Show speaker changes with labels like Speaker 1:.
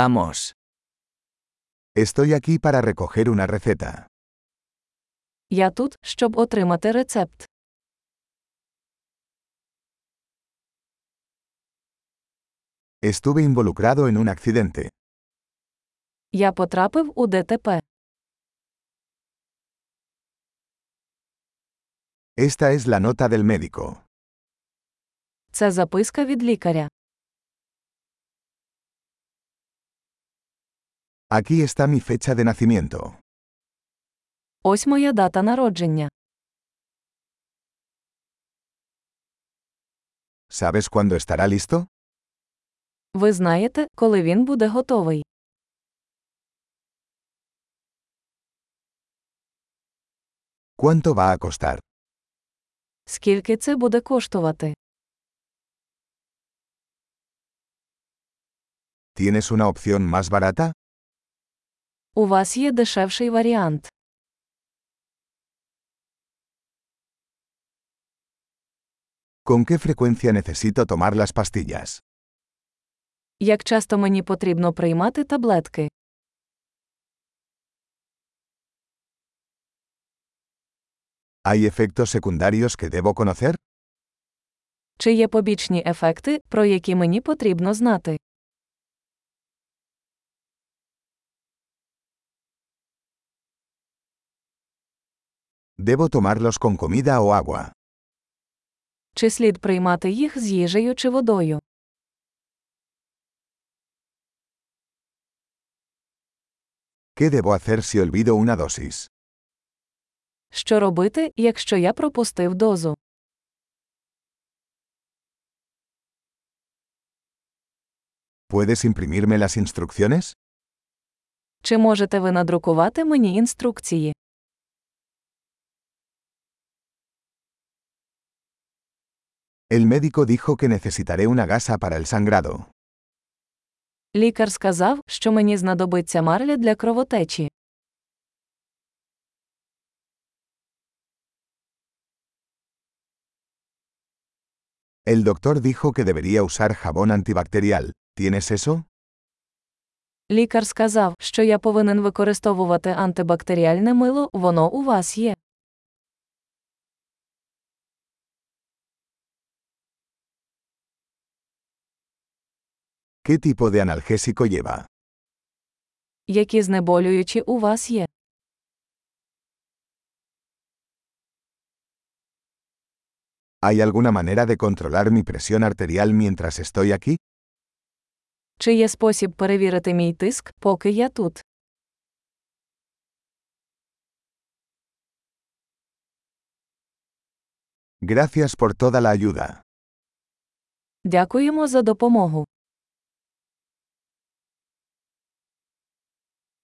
Speaker 1: Vamos.
Speaker 2: Estoy aquí para recoger una receta.
Speaker 3: Я тут, щоб отримати рецепт.
Speaker 2: Estuve involucrado en un accidente.
Speaker 3: Я потрапив у ДТП.
Speaker 2: Esta es la nota del médico.
Speaker 3: Це записка від лікаря.
Speaker 2: Aquí está mi fecha de nacimiento.
Speaker 3: Ось моя дата народження.
Speaker 2: ¿Sabes cuándo estará listo?
Speaker 3: Ви знаєте, коли він буде готовий.
Speaker 2: ¿Cuánto va a costar?
Speaker 3: Скільки це буде коштувати?
Speaker 2: ¿Tienes una opción más barata?
Speaker 3: У вас є дешевший варіант.
Speaker 2: ¿Con qué frecuencia necesito tomar las pastillas?
Speaker 3: Як часто мені потрібно приймати таблетки?
Speaker 2: ¿Hay efectos secundarios que debo conocer?
Speaker 3: Чи є побічні ефекти, про які мені потрібно знати?
Speaker 2: ¿Debo tomarlos con comida o agua?
Speaker 3: Чи слід приймати їх з їжею чи водою?
Speaker 2: ¿Qué debo hacer si olvido una dosis?
Speaker 3: Що робити, якщо я пропустив дозу?
Speaker 2: ¿Puedes imprimirme las instrucciones?
Speaker 3: Чи можете ви надрукувати мені інструкції?
Speaker 2: El médico dijo que necesitaré una gasa para el sangrado.
Speaker 3: Лікар сказав, що мені знадобиться марля для кровотечі.
Speaker 2: El doctor dijo que debería usar jabón antibacterial. ¿Tienes eso?
Speaker 3: Лікар сказав, що я повинен використовувати антибактеріальне мило, воно у вас є.
Speaker 2: ¿Qué tipo de analgésico lleva?
Speaker 3: Які знеболюючі у вас є?
Speaker 2: ¿Hay alguna manera de controlar mi presión arterial mientras estoy aquí?
Speaker 3: Чи є спосіб перевірити мій тиск, поки я тут?
Speaker 2: Gracias por toda la ayuda.
Speaker 3: Дякуємо за допомогу.